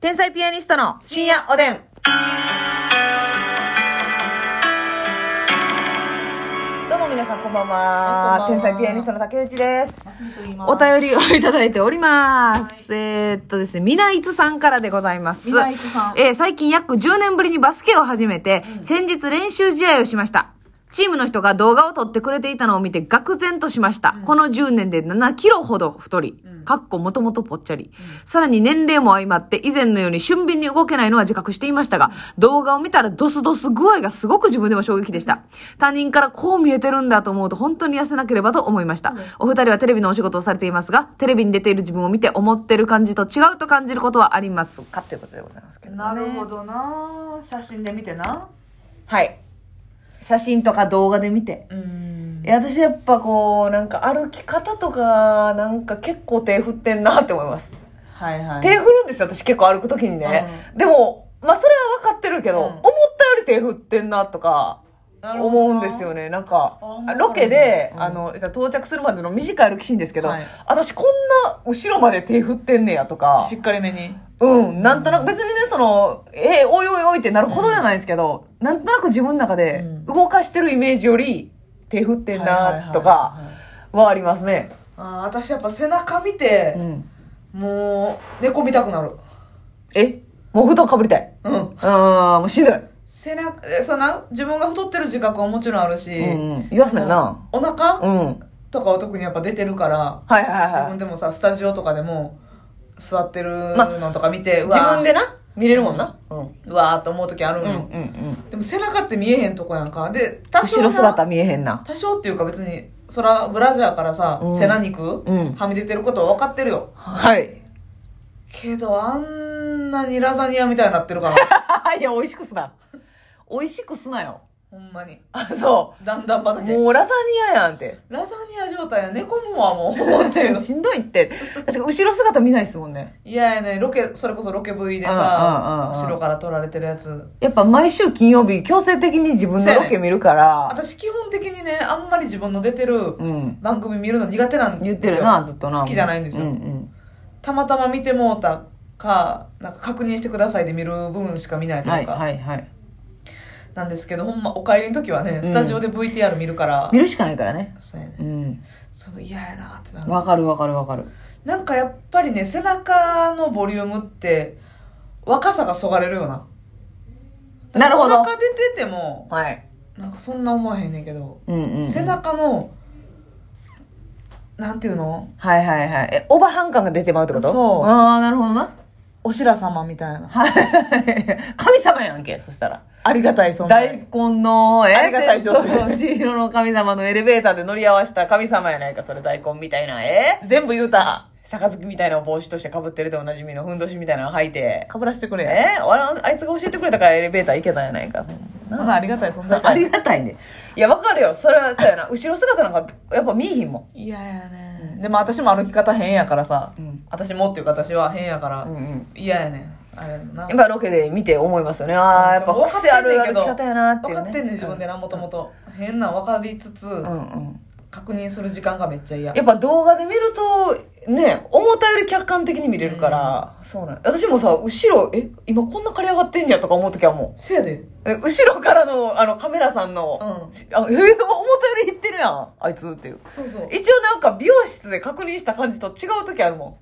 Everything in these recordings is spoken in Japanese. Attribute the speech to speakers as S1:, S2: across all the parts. S1: 天才ピアニストの
S2: 深夜おでん。
S1: どうも皆さんこんばんは。
S2: はいこん
S1: 天
S2: ばんは
S1: 才ピアニストの竹内です。お
S2: お便
S1: 便りをいただいております。えーっとですね、みないつさんからでございます。
S2: みないつさん
S1: えー最近約10年ぶりにバスケを始めて、先日練習試合をしました。チームの人が動画を撮ってくれていたのを見て愕然としました。この10年で7キロほど太り、かっこもともとぽっちゃり、さらに年齢も相まって以前のように俊敏に動けないのは自覚していましたが、動画を見たらドスドス具合がすごく自分でも衝撃でした。他人からこう見えてるんだと思うと本当に痩せなければと思いました。お二人はテレビのお仕事をされていますが、テレビに出ている自分を見て思ってる感じと違うと感じることはありますかということでございますけど、
S2: り。
S1: ね。
S2: なるほどな写真で見てな。
S1: はい。写真とか動画で見て。
S2: うん
S1: いや、私やっぱこう、なんか歩き方とか、なんか結構手振ってんなって思います。
S2: はいはい。
S1: 手振るんですよ、私結構歩くときにね。でも、まあそれは分かってるけど、
S2: うん
S1: 思ったより手振ってんなとか、
S2: なるほどな
S1: 思うんですよね。なんか
S2: あー、
S1: ロケで、
S2: うん
S1: あの、到着するまでの短い歩きシーンですけど、
S2: はい
S1: 私こんな後ろまで手振ってんねやとか
S2: し、っかりめに。
S1: うん、なんとなく、別にね、その、えーおいおいおいってなるほどじゃないんですけど、なんとなく自分の中で
S2: うん
S1: 動かしてるイメージより、手振ってん
S2: はいはいはい
S1: なとか
S2: はい
S1: はありますね。
S2: あー私やっぱ背中見て
S1: う、ん。
S2: もう、猫見たくなる。
S1: えもう布団かぶりたい。
S2: うん。
S1: あー、もうしんどい。
S2: 背中、えそんな、自分が太ってる自覚はもちろんあるし、
S1: うんうん。言わすなよな。
S2: お腹、
S1: うん。はい
S2: とかは特にやっぱ出てるから、
S1: はい
S2: 自
S1: は
S2: 分でもさ、スタジオとかでも、座ってるのとか見て、
S1: い。
S2: うわ
S1: 自分でな、見れるもんな。うん。うん
S2: うわーっと思う時ある
S1: うんんう
S2: よ。
S1: ん。
S2: でも背中って見えへんとこやんか。で、多
S1: 後ろ姿見えへんな。
S2: 多少っていうか別に、そら、ブラジャーからさ、
S1: うん
S2: 背中肉、
S1: うん
S2: はみ出てることは分かってるよ。
S1: はい。
S2: けど、あんなにラザニアみたいになってるか ら
S1: いや、美味しくすな。美味しくすなよ。
S2: ほんまに。
S1: あ、そ
S2: だんだん
S1: う。
S2: 畑。
S1: もうラザニアやんって。
S2: ラザニア状態や。猫もはも
S1: 。
S2: う、思ってる
S1: しんどいって。確かに後ろ姿見ないですもんね。
S2: いややね、ロケ、それこそロケ V で
S1: うんうん
S2: さ、
S1: うんうん
S2: 後ろから撮られてるやつ。
S1: やっぱ毎週金曜日強制的に自分のロケ見るから、
S2: 私基本的にね、あんまり自分の出てる
S1: うん。
S2: 番組見るの苦手なんです
S1: 言
S2: よ。
S1: ってるな、ずっとな。
S2: 好きじゃないんですよ。
S1: うんうん。
S2: たまたま見てもうたか、なんか確認してくださいで見る部分しか見ないと
S1: は
S2: いう
S1: い、
S2: か、
S1: はい、はい。
S2: なんですけど、ほんまお帰りの時はね、
S1: うん
S2: スタジオで VTR 見るから、
S1: 見るしかないからね。
S2: そうやね。
S1: うん。
S2: その嫌やなってなる。
S1: わかるわかるわかる。
S2: なんかやっぱりね、背中のボリュームって、若さがそがれるよな。
S1: なるほど
S2: お腹出てても、
S1: はい。
S2: なんかそんな思わへんねんけど、
S1: うんうんうん。
S2: 背中の、なんていうの
S1: はいはいはい。え、オバハン感が出てまうってこと
S2: そう
S1: ああ、なるほどな。
S2: おしら様みたいな。
S1: はい。神様やんけ、そしたら。
S2: ありがたい存在。
S1: 大根の、え
S2: ありがたい
S1: セット
S2: 女
S1: の千尋の神様のエレベーターで乗り合わせた神様やないか、それ大根みたいな、え
S2: 全部言うた。
S1: 杯みたいな帽子として被ってるでおなじみのふんどしみたいなの履いて。
S2: かぶらしてくれ。
S1: えあらあいつが教えてくれたからエレベーター行けたんやないか、そんな
S2: まあありがたい存在。
S1: ありがたいね。いや、わかるよ。それは、そうやな。後ろ姿なんか、やっぱ見えひんも
S2: いややね。でも私も歩き方変やからさ。
S1: ん。うん。
S2: 私もっていうか私は変やから
S1: うん。うん。
S2: 嫌やねん。あれ
S1: や
S2: な
S1: っ。ぱロケで見て思いますよね。ああ、やっぱ癖ある歩き方やなってい
S2: 分
S1: う、ね。
S2: かってんねん自分でな、もともと。変なん分かりつつ、
S1: うんうん。
S2: 確認する時間がめっちゃ嫌。
S1: やっぱ動画で見ると、ね、思ったより客観的に見れるから、そうなん私もさ、後ろ、え、今こんな借り上がってんやとか思うときはも
S2: せやで。
S1: う、え後ろからの、あの、カメラさん
S2: う
S1: の、
S2: ん。
S1: あえー思ったより行ってるやん、あいつっていう。
S2: そうそう。
S1: 一応なんか美容室で確認した感じと違うときあるもん。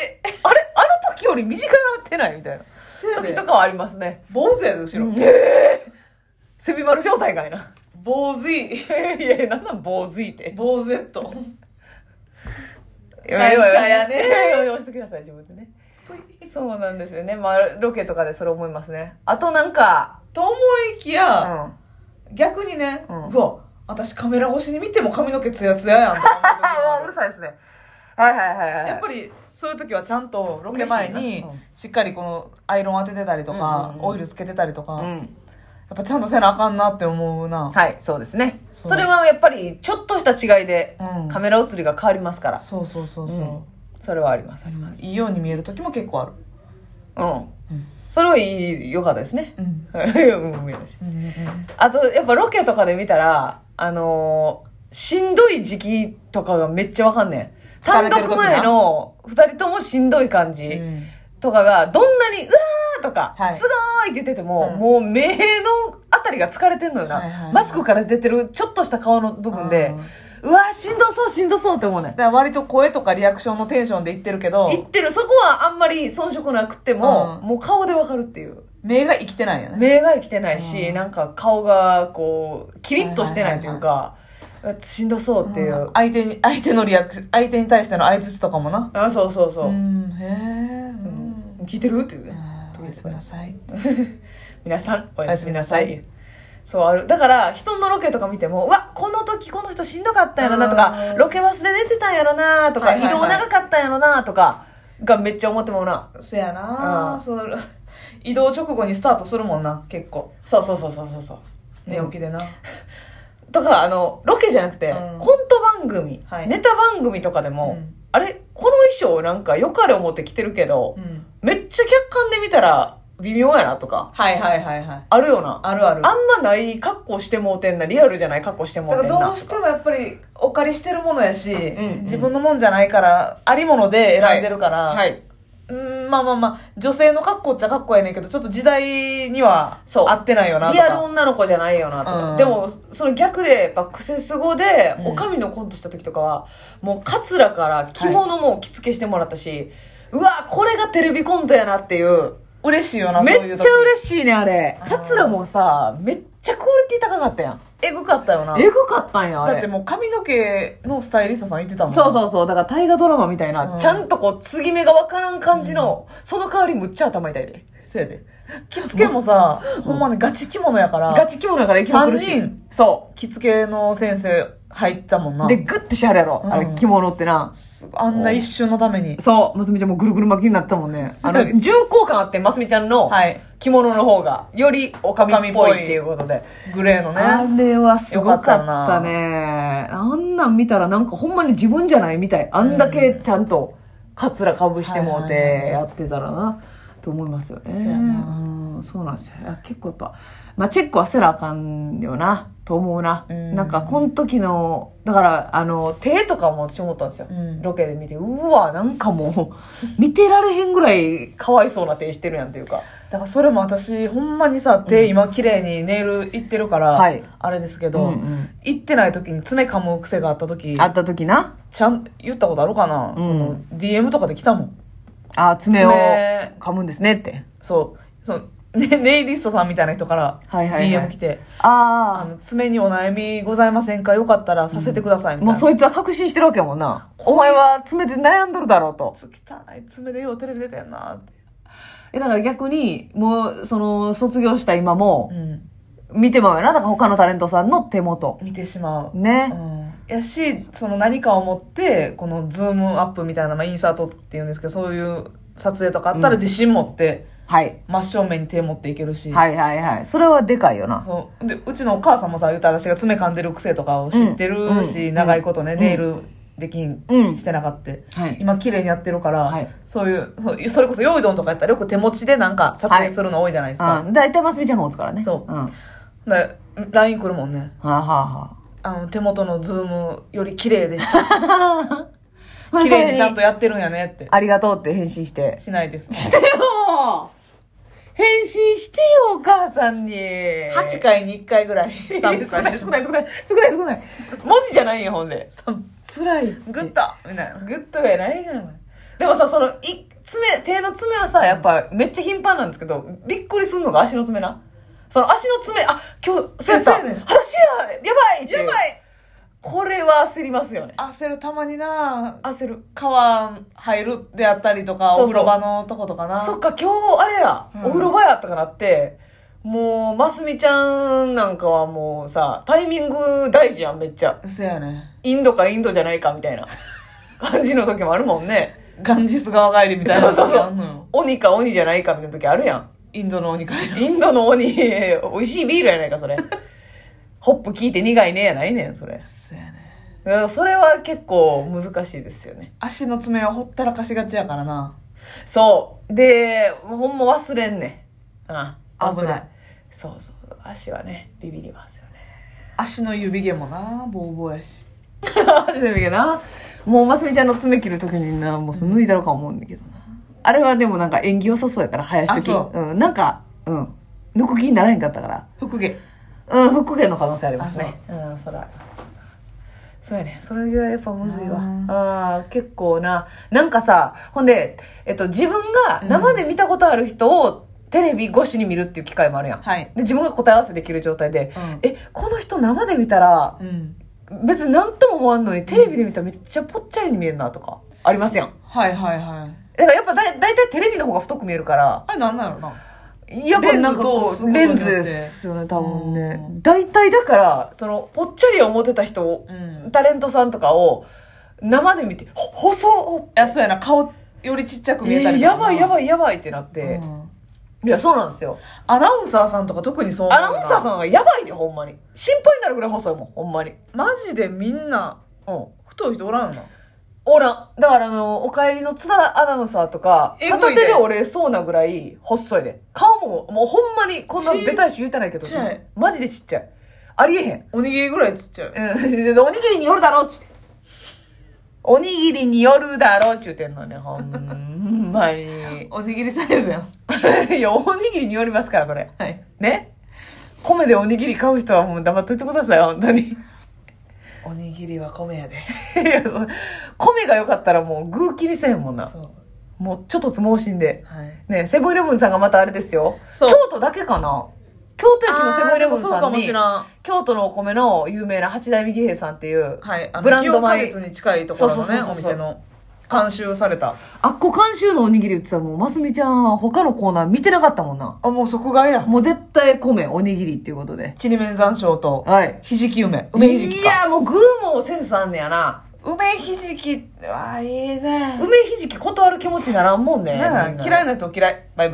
S1: え、あれあの時より短くなってないみたいな。
S2: せや
S1: 時
S2: で
S1: と。かはありますね。
S2: 坊主やで、後ろ。
S1: えぇセミマル状態かいな。
S2: 坊主 い。
S1: いやいや、なんなん坊主いって。
S2: 坊主やっと。
S1: 会
S2: 会
S1: 社
S2: 社
S1: や
S2: や
S1: ね
S2: ね。
S1: 用意してください、自分でね。そうなんですよね。まあ、ロケとかでそれ思いますね。あとなんか、
S2: と思いき
S1: う
S2: や、
S1: ん。
S2: 逆にね、
S1: うん
S2: うわ、私カメラ越しに見ても髪の毛ツヤツヤやんとか思う時もあ
S1: あ
S2: る
S1: うるさいですね。はいはいはい はい。
S2: やっぱ
S1: り、
S2: りそういう時はちゃんとロケ前
S1: 嬉しい
S2: に
S1: なうん
S2: しっかりこのアイロン当ててたりと
S1: うん
S2: か
S1: うんうん
S2: オイルつけてたりとか
S1: う
S2: やっ
S1: ん。
S2: ぱちゃんとせなあかんなって思うな
S1: はい、そうですね。
S2: そ
S1: そうれはやっぱり、ちょっとした違いで、
S2: うん
S1: カメラ映りが変わりますから。
S2: そうそうそうそ
S1: それはあります、ありま
S2: ういいように見える時も結構ある
S1: う
S2: うんん。
S1: それはいい、良かったですね。
S2: うん
S1: うん、うん
S2: うんうんうん
S1: あと、やっぱロケとかで見たら、あのーしんどい時期とかがめっちゃわかんねん。単独前の二人ともしんどい感じ、
S2: うん
S1: とかが、どんなに、うわーとか、
S2: はい
S1: すごーいって言ってても、
S2: うん
S1: もう目のあたりが疲れてんのよな、
S2: はいはいはい
S1: マスクから出てるちょっとした顔の部分で、うわーしんどそうしんどそうって思うねん
S2: だから割と声とかリアクションのテンションで言ってるけど
S1: 言ってる、そこはあんまり遜色なくても、
S2: うん
S1: もう顔でわかるっていう。
S2: 目が生きてないよね
S1: 目が生きてないし、
S2: うん
S1: なんか顔がこう、キリッとしてないというか、しんどそうっていう。
S2: うん相手に相手のリアクション相手に対しての相槌とかもな
S1: あ、そうそうそう。
S2: んへえう
S1: うん
S2: ん
S1: 聞いてるっていうね。
S2: あーおやすみなさい
S1: 皆さん、おや
S2: や
S1: す
S2: す
S1: み
S2: み
S1: な
S2: な
S1: さ
S2: さい
S1: い。そうある。だから、人のロケとか見ても、うわ、この時この人しんどかったんやろなとか
S2: う、ん
S1: ロケバスで寝てたんやろなとか、
S2: はい
S1: 移
S2: はいは
S1: 動
S2: い
S1: 長かったんやろなとか、がめっちゃ思ってもうな。
S2: せや
S1: う
S2: なんその 移動直後にスタートするもんな結構
S1: そうそうそうそうそうそう。
S2: 寝起きでな、
S1: とか、あの、ロケじゃなくて、
S2: うん
S1: コント番組、
S2: はい
S1: ネタ番組とかでも、
S2: うん
S1: あれ、この衣装なんか良かれ思って着てるけど、
S2: うん
S1: めっちゃ客観で見たら微妙やなとか、
S2: はいはいはいはい
S1: あるよな。
S2: あるある
S1: あんまない格好してもうてんな、リアルじゃない格好しても
S2: だ
S1: う
S2: か
S1: てん
S2: ら
S1: な。
S2: どうしてもやっぱりお借りしてるものやし、
S1: ん
S2: 自分のもんじゃないからありもので選んでるから、
S1: はい。
S2: うんまあまあまあ女性の格好っちゃ格好やねんけどちょっと時代には
S1: そう
S2: 合ってないよなと
S1: リアル
S2: か
S1: 女の子じゃないよなとか、
S2: うん
S1: でも、その逆で、やっぱクセスゴで
S2: う、ん
S1: おかみのコントした時とかは、もうカツラから着物も着付けしてもらったし、うわ、これがテレビコントやなっていう、
S2: 嬉しいよな
S1: め
S2: そうい
S1: っ
S2: う
S1: ちゃ
S2: 時
S1: 嬉しいね、あれ。
S2: うん
S1: カツラもさ、めっちゃクオリティ高かったやん。
S2: えぐかったよな
S1: えぐかったんや、あ
S2: だって
S1: れ。
S2: もう髪の毛のスタイリストさん言ってたもん
S1: そうそうそう。だから大河ドラマみたいな、
S2: うん
S1: ちゃんとこう、継ぎ目がわからん感じの、その代わりむっちゃ頭痛いで。
S2: せやで着付けもさ、ほんまねガチ着物やから
S1: ガチ着物やから息も苦しい
S2: 三人。
S1: そ
S2: 着付けの先生入ったもん
S1: う。
S2: な
S1: で、グッてしはるやろ。あれ
S2: うん
S1: 着物ってな。
S2: すごいあんな一瞬のために
S1: そう、ますみちゃんもぐるぐる巻きになったもんね。あの、
S2: うん
S1: 重厚感あって、ますみちゃんの
S2: はい
S1: 着物の方が、よりおかみっぽ
S2: 女将っぽ
S1: い
S2: い
S1: っていうことで。
S2: グレーの
S1: あ
S2: ね
S1: れはすごかった
S2: よかった
S1: ね。あんなん見たらなんかほんまに自分じゃないみたい。あんだけちゃんと、カツラかぶしてもう
S2: はいはいは
S1: て
S2: い
S1: やってたらな、と思いますよね。
S2: そうやな
S1: うんそうなんですよ。いや結構やっぱ、まあチェックはせなあかんよな、と思うな。
S2: うん
S1: なんか、この時の、だから、あの、手とかも私思ったんですよ。
S2: うん
S1: ロケで見て、うわ、なんかもう、見てられへんぐらい、かわいそうな手してるやんっていうか。
S2: だからそれも私ほんまにさ手今綺麗にネイルいってるから、
S1: はい
S2: あれですけ
S1: うん
S2: ど、行ってない時に爪噛む癖があった時
S1: 会った時な、
S2: ちゃん言ったことあるかな、
S1: ん
S2: その DM とかで来たもん
S1: あ、爪を
S2: 爪
S1: 噛むんですねって。
S2: そうそのねネイリストさんみたいな人から
S1: はいはいはい
S2: DM 来て、あ
S1: あ
S2: の爪にお悩みございませんかよかったらさせてください
S1: あ、
S2: みたい
S1: も
S2: な、
S1: うそいつは確信してるわけやもんな。お前は爪で悩んどるだろうと。
S2: つ汚い爪でようテレビ出てんなって、
S1: え、だから逆に、もう、その、卒業した今も、
S2: ん、
S1: 見てまうよな。だから他のタレントさんの手元。
S2: 見てしまう、う
S1: ね。
S2: ん、やしその何かを持ってこのズームアップみたいな、まあ、インサートっていうんですけどそういう撮影とかあった
S1: う
S2: ら
S1: ん
S2: 自信持って
S1: はい。
S2: 真正面に手持っていけるし、
S1: はいはいはい。それはでかいよな。
S2: そうでうちのお母さんもさ言うたら私が爪噛んでる癖とかを知ってる
S1: うん
S2: し、
S1: うん
S2: 長いことね、
S1: うん
S2: ネイルできん、
S1: うん
S2: してなかって
S1: はい。
S2: 今綺麗にやってるから、
S1: はい
S2: そういうそうそれこそ用意どんとかやったらよく手持ちでなんか撮影するの多いじゃないですか、
S1: うん。大体、ますみちゃんが持つからね。。
S2: そうん
S1: は
S2: で LINE 来るもんね
S1: あ、はあ
S2: あの手元のズームより綺麗でした
S1: はあ、
S2: 綺麗にちゃ
S1: それ
S2: んと
S1: に
S2: やってるんやねって
S1: ありがとうって返信して。
S2: しないです
S1: してよ返信してよ、お母さんに。
S2: 8回に1回ぐらい
S1: い
S2: スタン
S1: や
S2: プ
S1: 少な
S2: 返
S1: い
S2: し
S1: 少ない少ない少ない少ない文字じゃないよほんで辛い
S2: グ
S1: グ
S2: ッ
S1: ッ
S2: ドみたいな
S1: グッドがないやんでもさそのい爪手の爪はさやっぱめっちゃ頻繁なんですけどびっくりするのが足の爪なその足の爪あ今日そうやった
S2: そうやね
S1: 私や
S2: ん
S1: やばいって
S2: やばい
S1: これは焦りますよね
S2: 焦るたまにな
S1: 焦る
S2: 川入るであったりとか
S1: そうそ
S2: お
S1: う
S2: 風呂場のとことかな
S1: そっか今日あれや、
S2: うん
S1: お風呂場やとかなってもうますみちゃんなんかはもうさタイミング大事やんめっちゃ
S2: そうやね
S1: インドかインドじゃないかみたいな感じの時もあるもんね
S2: ガンジス川帰りみたいな
S1: そうそうそう
S2: 時あんのよ
S1: 鬼か鬼じゃないかみたいな時あるや ん。
S2: インドの鬼帰る
S1: インドの鬼、美味しいビールやないか、それ。ホップ効いて苦いねやないねん、それ。
S2: そうやね
S1: だからそれは結構難しいですよね。
S2: 足の爪をほったらかしがちやからな
S1: そう。で、ほんま忘れんねん。あ
S2: 危ない。
S1: そうそう。足はね、ビビります よね。
S2: 足の指毛もなボーボーやし
S1: マジでビビるな。もう、ますみちゃんの爪切る時にな、もうその脱いだろか思うんだけどな。
S2: あれはでもなんか縁起良さそうやから、林時。。
S1: あそう
S2: ん。なんか、うん。抜く気にならへんかったから。
S1: 復元
S2: うん、復元の可能性ありますね。
S1: うんそらそうやねそれがやっぱむずいわ
S2: あー
S1: ああー結構ななんかさほんで、えっと、自分が生で見たことある人をテレビ越しに見るっていう機会もあるやん、
S2: はい。
S1: で自分が答え合わせできる状態で、
S2: うん
S1: えこの人生で見たら
S2: うん。
S1: 別に何とも思わんのにテレビで見たらめっちゃぽっちゃりに見えるなとかありますやん
S2: はいはいはい。
S1: だからやっぱだい大体テレビの方が太く見えるから
S2: あれなんなのな。
S1: やっぱなんかこうレ
S2: レン
S1: ン
S2: ズ
S1: ズ
S2: と
S1: ですよね多分ね
S2: うん
S1: 大体だからそのぽっちゃり思ってた人を
S2: うん。
S1: タレントさんとかを生で見てほ細
S2: いや、そうやな。顔よりちっちゃく
S1: っ、
S2: 見えたり、
S1: えーやばいや
S2: い。
S1: ばいやばいってなって、いやそうなんですよ
S2: アナウンサーさんとか特にそう
S1: アナウンサー
S2: ん。
S1: さんがやばいねほんまに心配になるぐらい細いもんほんまに
S2: マジでみんな、
S1: うん
S2: 太い人おらんの
S1: おらんだからあの、お帰りの津田アナウンサーとか、
S2: えぐい
S1: 片
S2: で
S1: 手で折れそうなぐらい細いで。顔も、もうほんまに、こんな
S2: ちっ
S1: ベタいし言うたないけど、
S2: ちっちゃい
S1: マジでちっちゃい。ありえへん。
S2: おにぎりぐらいちっちゃい。
S1: うん、おにぎりによるだろうっつって。おにぎりによるだろうっちゅうてんのね、ほんまに。
S2: おにぎりサイズやん。
S1: いや、おにぎりによりますから、それ。
S2: はい。
S1: ね米でおにぎり買う人はもう黙っといてください、本当に。
S2: おにぎりは米やで。
S1: いやそう米が良かったらもうグー気にせえへんもんな。
S2: そう。
S1: もうちょっとつ盲信で。
S2: はい。
S1: ねセブンイレブンさんがまたあれですよ。
S2: そ
S1: 京
S2: う
S1: 都だけかな京都駅のセブンイレブン
S2: そうか
S1: さん
S2: も
S1: に
S2: し、らん。
S1: 京都のお米の有名な八代右平さんっていう、
S2: はい。あの
S1: ブランド米
S2: 清華月に近いところのね、
S1: そうそ
S2: お
S1: うそうそう
S2: 店の監修された。
S1: あっこ監修のおにぎり売ってたらもう、ますみちゃんは他のコーナー見てなかったもんな。
S2: あ、もうそこがや。
S1: もう絶対米、おにぎりっていうことで。
S2: ちりめん山椒と、
S1: はい。
S2: ひじき梅。梅ひじき
S1: い
S2: か。
S1: や、もうグーもセンスあんねやな。
S2: 梅ひじき、わあ、いいね。
S1: 梅ひじき断る気持ちならんもんね。
S2: なんか
S1: みんな
S2: 嫌いな人嫌い。バイバイ。